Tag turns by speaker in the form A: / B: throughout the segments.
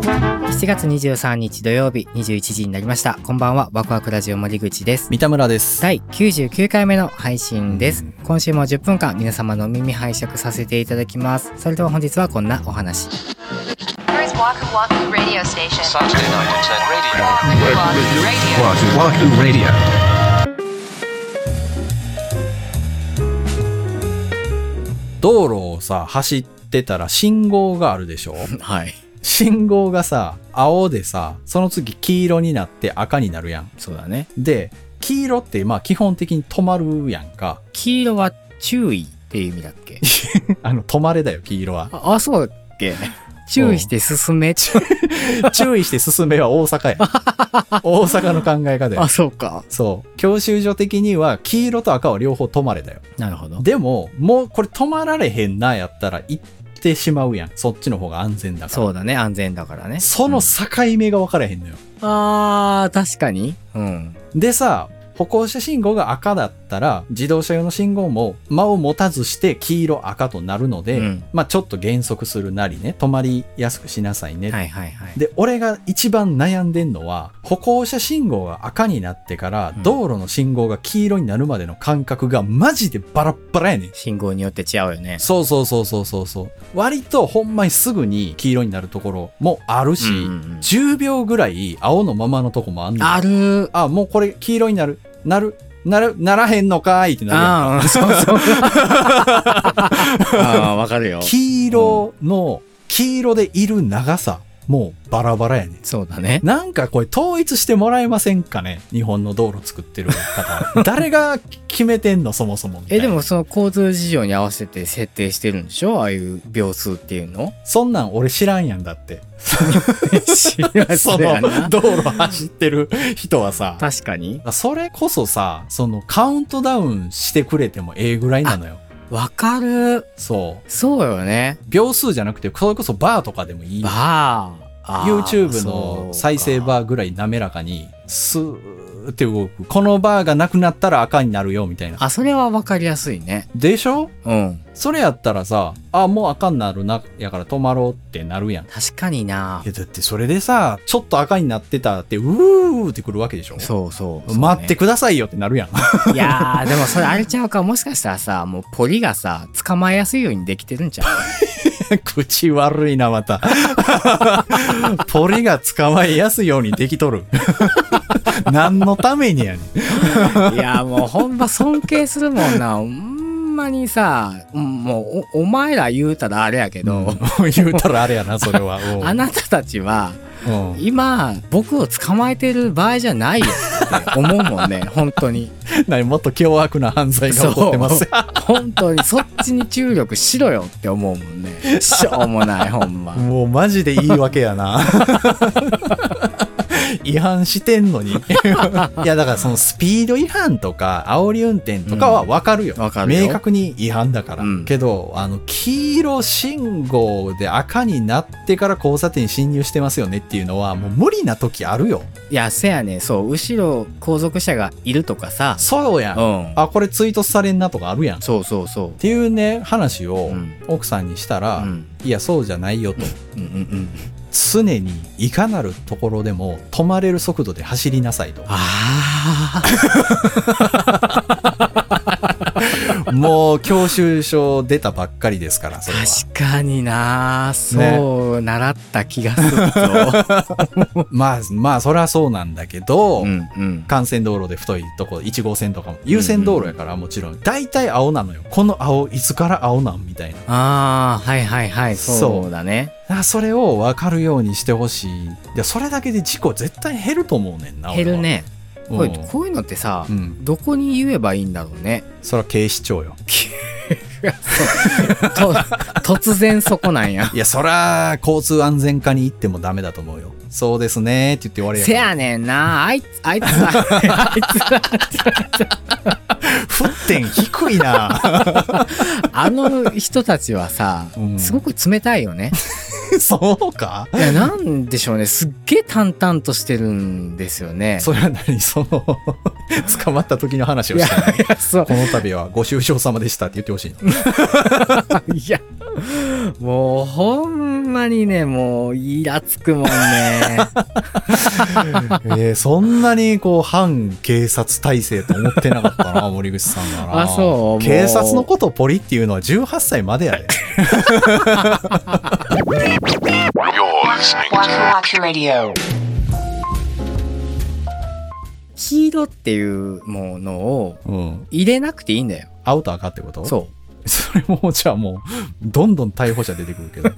A: 4月23日土曜日21時になりましたこんばんはワクワクラジオ森口です
B: 三田村です。
A: 第99回目の配信です今週も10分間皆様のお耳拝借させていただきますそれでは本日はこんなお話
C: Here's Waku Waku Radio Station.
D: Saturday night at 10 radio.
C: Waku Waku Radio.
E: Wahoo Wahoo Radio.
B: 道路をさ、走ってたら信号があるでしょ
A: はい
B: 信号がさ、青でさ、その次黄色になって赤になるやん。
A: そうだね
B: で、黄色ってまあ基本的に止まるやんか。
A: 黄色は注意っていう意味だっけ
B: あの、止まれだよ、黄色は。
A: ああそうだっけ注意して進め
B: 注意して進めは大阪 や。大阪の考え方や
A: あ。そうか
B: そう。教習所的には黄色と赤は両方止まれだよ。
A: なるほど
B: でも、もうこれ止まられへんなやったら行ってしまうやん。そっちの方が安全だから。
A: そうだね安全だからね
B: その境目が分からへんのよ。
A: あー、確かに。うん。
B: でさ、歩行者信号が赤だったら、自動車用の信号も間を持たずして黄色赤となるので、
A: うん
B: まあちょっと減速するなりね、止まりやすくしなさいね。
A: はいはいはい。
B: で、俺が一番悩んでんのは、歩行者信号が赤になってから
A: う、ん
B: 道路の信号が黄色になるまでの感覚がマジでバラッバラやねん。
A: 信号によって違うよね。
B: そうそうそうそうそうそう。割とほんまにすぐに黄色になるところもあるし、
A: うんうんうん
B: 10秒ぐらい青のままのとこもあんの。
A: ある
B: あ、もうこれ黄色になる、なる、なる、ならへんのかーいってなるやん
A: ああ、そう そう。ああ、わかるよ。
B: 黄色の、黄色でいる長さ、もうバラバラやねん。
A: そうだね。
B: なんかこれ統一してもらえませんかね日本の道路作ってる方。 誰が決めてんのそもそもみたい
A: え、
B: な。
A: でもその交通事情に合わせて設定してるんでしょああいう秒数っていう の
B: そんなん俺知らんやん だって。
A: 知ら
B: そ
A: せや
B: の
A: な。
B: 道路走ってる人はさ。
A: 確かに。
B: それこそさ、そのカウントダウンしてくれてもええぐらいなのよ。
A: わかる。
B: そう。
A: そうよね。
B: 秒数じゃなくて、それこそバーとかでもいい。
A: バー。あー
B: YouTube の再生
A: ー。
B: バーぐらい滑らかに、スーって動く。このバーがなくなったら赤になるよ、みたいな。
A: あ、それはわかりやすいね。
B: でしょ
A: うん。
B: それやったらさ、あ、もう赤になるな、やから止まろうってなるやん。い
A: 確かにな。
B: や、だってそれでさ、ちょっと赤になってたって、うーってくるわけでしょ
A: そうそうそうね。
B: 待ってくださいよってなるやん。
A: いやーでもそれあれちゃうかもしかしたらさもうポリがさ捕まえやすいようにできてるんちゃう
B: 口悪いな、また。 ポリが捕まえやすいようにできとる。 何のためにやねん。
A: いやーもうほんま尊敬するもんなほんまにさもうおお前ら言うたらあれやけど、
B: 言うたらあれやな、それは。うん
A: あなたたちは
B: うん
A: 今僕を捕まえてる場合じゃないよって思うもん ね本当に
B: 何もっと凶悪な犯罪が起こってます。
A: 本当にそっちに注力しろよって思うもんねしょうもないほんま
B: もうマジで言い訳やな。 違反してんの に。いや、だからそのスピード違反とか、煽り運転とかはわかるよ。
A: うんわかるよ
B: 明確に違反だから。
A: うん
B: けど、あの、黄色信号で赤になってから交差点進入してますよねっていうのは、もう無理な時あるよ。
A: いやせやねそう後ろ後続車がいるとかさ
B: そうや。
A: うんん
B: あ、これツイートされんなとかあるやん。っ
A: そうそうそう
B: ていうね、話を
A: うん
B: 奥さんにしたら、
A: うん
B: いや、そうじゃないよと。
A: うんうんうん
B: 常にいかなるところでも止まれる速度で走りなさい と。
A: ああ
B: もう教習所出たばっかりですから、それは。
A: 確かになそう、習った気がす るぞ
B: まあ、まあ、そりゃそうなんだけど、
A: うんうん
B: 幹線道路で太いとこ、1号線とかも、優先道路やからもちろん、大体青なのよ。この青、いつから青なんみたいな。
A: ああはいはいはい
B: そう
A: そうだね
B: あそれを分かるようにしてほしい。で、それだけで事故絶対減ると思うねんな。
A: 減るね
B: 俺
A: こ
B: は。
A: れこういうのってさ、
B: うん。うん。
A: どこに言えばいいんだろうね
B: それは警視庁よ。
A: と突然そこなんや
B: いや、そりゃ、交通安全課に行ってもダメだと思うよ。そうですねって言って終わりやか
A: せ
B: ら
A: やねんなあいつあいつら あいつら
B: 沸点低いな
A: あの人たちはさ、
B: うん
A: すごく冷たいよね
B: そうか
A: いやなんでしょうねすっげえ淡々としてるんですよね
B: それは何その捕まった時の話をしてない
A: いやそう
B: この度はご愁傷様でしたって言ってほしいの
A: いや、もうほんまにね、もうイラつくもんね。
B: えーそんなにこう反警察体制と思ってなかったな森口さんがな
A: あそうもう
B: 警察のことをポリっていうのは18歳までやで
D: You're listening
C: Waku
D: to
C: Waku Radio.
A: 黄色って いうものを
B: うん
A: 入れなくていいんだよ。
B: アウターかってこと
A: そう
B: それもじゃあもうどんどん逮捕者出てくるけど
A: う。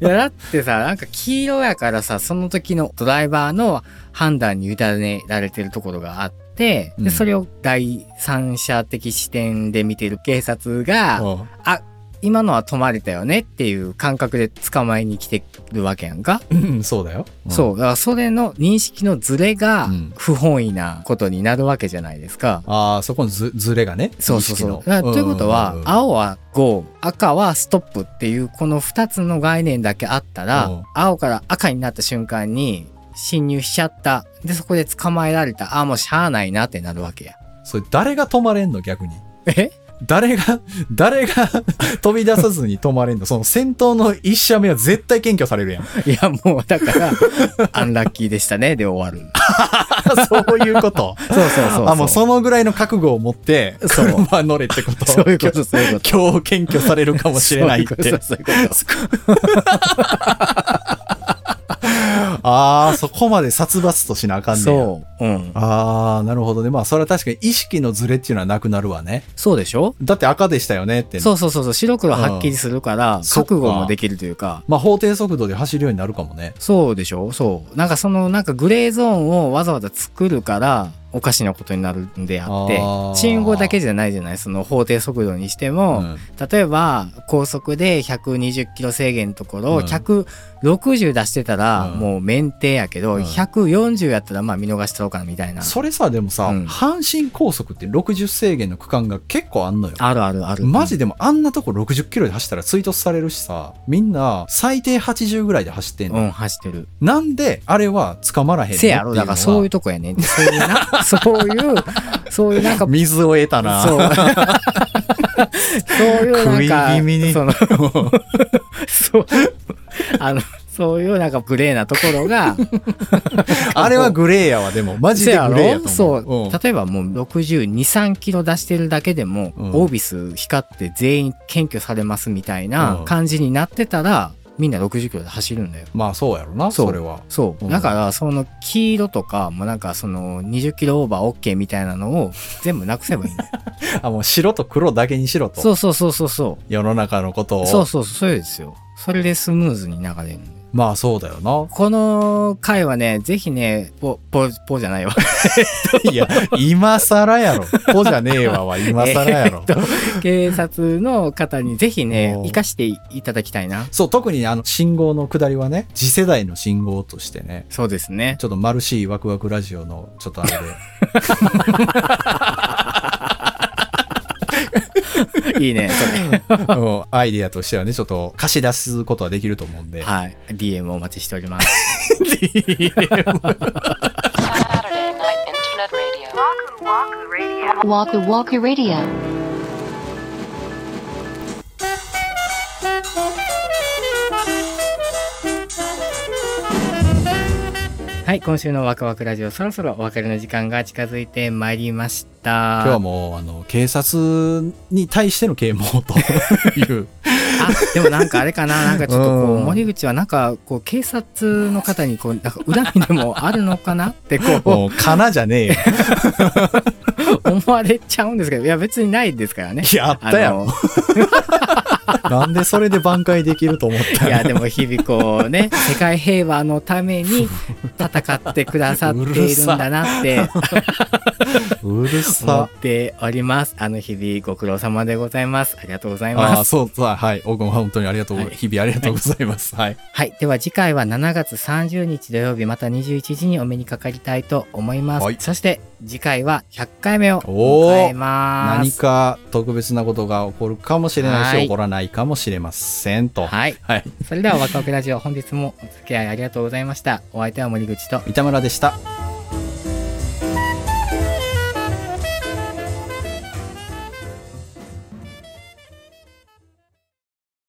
A: いやだってさ、なんか黄色やからさ、その時のドライバーの判断に委ねられてるところがあって、
B: うん
A: で、それを第三者的視点で見てる警察が、
B: うん
A: あ、今のは止まれたよねっていう感覚で捕まえに来てるわけやんか、
B: うんそうだよ、うん
A: そう。だからそれの認識のズレが
B: うん
A: 不本意なことになるわけじゃないですか。
B: ああそこのずずれがね
A: そうそうそう
B: 意。識
A: だ
B: の
A: からということは、
B: んんん
A: 青は GO、赤はストップっていうこの2つの概念だけあったら、
B: うん
A: 青から赤になった瞬間に侵入しちゃった。で、そこで捕まえられた。あ、もうしゃあないなってなるわけや。
B: それ誰が止まれんの逆に
A: え
B: 誰が、誰が 飛び出さずに止まれんのその先頭の一射目は絶対検挙される やん。
A: いや、もうだ から、アンラッキーでしたね。で終わる。
B: そういうこと。
A: そうそうそうそう。
B: あ、もうそのぐらいの覚悟を持 って、
A: そう
B: 車乗れってこと。
A: そういう こと、そういうこと。
B: 今日検挙されるかもしれないっ
A: そういうこ
B: て
A: と。そういうこと
B: ああ、そこまで殺伐としなあかんねん。
A: そう。うん。
B: ああ、なるほどね。まあ、それは確かに意識のズレっていうのはなくなるわね。
A: そうでしょ
B: だって赤でしたよねって。
A: そうそうそうそう。白黒はっきりするから、
B: そっか
A: 覚悟もできるというか。
B: まあ、法定速度で走るようになるかもね。
A: そうでしょそう。なんかその、なんかグレーゾーンをわざわざ作るから、おかしなことになるんであって
B: あー、
A: 信号だけじゃないじゃないその法定速度にしても、
B: うん
A: 例えば高速で120キロ制限のところ、
B: うん
A: 160出してたら、
B: うん
A: もう免停やけど、
B: うん
A: 140やったらまあ見逃したろうかなみたいな。
B: それさ、でもさ、
A: うん
B: 阪神高速って60制限の区間が結構あんのよ。
A: あるあるある。
B: マジでもあんなとこ60キロで走ったら追突されるしさ、みんな最低80ぐらいで走ってん
A: う
B: の。
A: ん、走ってる。
B: なんであれは捕まらへんの
A: せやろ、だからそういうとこやねん。そういうな、 そういう、そういうなんか、
B: 水を得たな。
A: そう。そういうなんか、
B: 食い気味に
A: その、 そう、あの、そういうなんかグレーなところが、
B: あれはグレーやわ、でも。 マジ
A: せ
B: でグ
A: や
B: レーや
A: ろ
B: と
A: そ
B: 思う。
A: う、
B: ん
A: 例えばもう62、3キロ出してるだけでも、
B: うん
A: オービス光って全員検挙されますみたいな
B: うん
A: 感じになってたら、みんな60キロで走るんだよ。
B: まあそうやろな、
A: そう
B: それは。
A: そう。
B: うん
A: だから、その黄色とか、もうなんかその20キロオーバー OK みたいなのを全部なくせばいいん だよ。
B: あ、もう白と黒だけにしろと。
A: そうそうそうそうそ
B: 世の中のことを。
A: う。そうそうそう、そうですよ。それでスムーズに流れるんだよ。。
B: まあそうだよな
A: この回はね、ぜひね、ポ、ポ、ポじゃ ないわ。
B: いや、今更やろ。ポじゃね えわは今更やろ。
A: 警察の方にぜひね
B: お、ー
A: 生かしていただきたいな。
B: そう、特にあの、信号の下りはね、次世代の信号としてね、
A: そうです ね。
B: ちょっとマルシーワクワクラジオの、ちょっとあれで。
A: いいね。そ
B: うんアイディアとしてはね、ちょっと貸し出すことはできると思うんで。
A: れはい。DM お待ちしております。
C: Saturday Night Internet Radio. Waku Waku Radio. Waku Waku Radio.
A: はい。今週のワクワクラジオ、そろそろお別れの時間が近づいてまいりまし
B: 今日は
A: た。
B: もう、あの、警察に対しての啓蒙と いう。
A: あ、でもなんかあれかな。なんかちょっとこ
B: う
A: う、
B: ん
A: 森口はなんか、こう、警察の方に、こう、なんか恨みでもあるのかなって、
B: も
A: こ
B: う、かなじゃねえよ。
A: う、思われちゃうんですけど、いや、別にないですからね。
B: いやあったや
A: あ
B: ろ
A: の。
B: なんでそれで挽回できると思った
A: い
B: の
A: やでも日々こうね世界平和のために戦ってくださっているんだなって思
B: うる
A: っ
B: さ。
A: ております。あの日々ご苦労様でございます。ありがとうござい
B: ああー、
A: ます。
B: そうさ、はい。僕も本当にありがとう、
A: はい
B: 日々ありがとうございます。はい。
A: はい。では次回は7月30日土曜日また21時にお目にかかりたいと思います。
B: はい
A: そして次回は100回目を
B: お
A: 迎
B: ー
A: えます。
B: 何か特別なことが起こるかもしれないし、
A: はい
B: 起こらないかもしれませんと。
A: はい。
B: はい。
A: それではワクワクラジオ本日もお付き合いありがとうございました。お相手は森口と
B: 三田村でした。